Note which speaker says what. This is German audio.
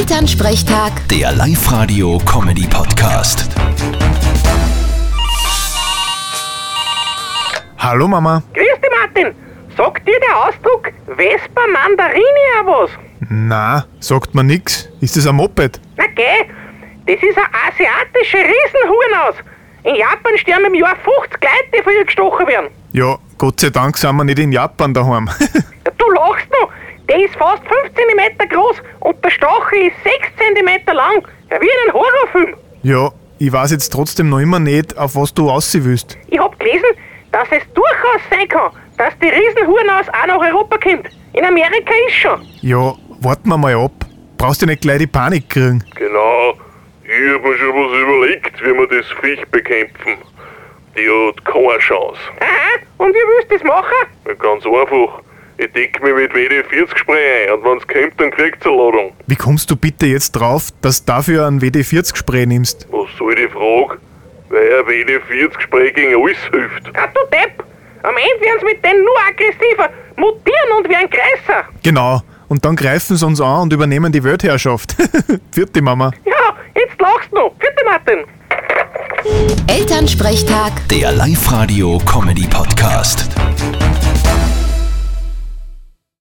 Speaker 1: Elternsprechtag,
Speaker 2: Der Live-Radio-Comedy-Podcast.
Speaker 3: Hallo Mama.
Speaker 4: Grüß dich, Martin. Sagt dir der Ausdruck Vespa Mandarine auch was?
Speaker 3: Na, sagt mir nix. Ist das ein Moped?
Speaker 4: Na geh, das ist ein asiatischer Riesenhurnaus. In Japan sterben im Jahr 50 Leute, die von ihr gestochen werden.
Speaker 3: Ja, Gott sei Dank sind wir nicht in Japan daheim.
Speaker 4: Ja, Du lachst noch. Der ist fast 5 cm groß und der Stachel ist 6 cm lang. Ja, wie in einem Horrorfilm.
Speaker 3: ja, ich weiß jetzt trotzdem noch immer nicht, auf was du aussehen willst.
Speaker 4: Ich hab gelesen, dass es durchaus sein kann, dass die Riesenhurnaus auch nach Europa kommt. In Amerika ist schon.
Speaker 3: Ja, warten wir mal ab. Brauchst du nicht gleich die Panik kriegen.
Speaker 5: Genau, ich hab mir schon was überlegt, wie wir das Viech bekämpfen. Die hat keine Chance.
Speaker 4: Aha, und wie willst du das machen?
Speaker 5: Ganz einfach. Ich deck mich mit WD 40 Spray ein und wenn's kommt, dann kriegt's eine Ladung.
Speaker 3: Wie kommst du bitte jetzt drauf, dass du dafür ein WD-40-Spray nimmst?
Speaker 5: Was soll die Frage? Weil ein WD 40 Spray gegen alles hilft.
Speaker 4: Ja, du Depp! Am Ende werden sie mit denen nur aggressiver, mutieren und werden größer.
Speaker 3: Genau. Und dann greifen sie uns an und übernehmen die Weltherrschaft. Vierte Mama.
Speaker 4: Ja, jetzt lachst du noch. Bitte, Martin.
Speaker 1: Elternsprechtag.
Speaker 2: Der Live-Radio-Comedy-Podcast.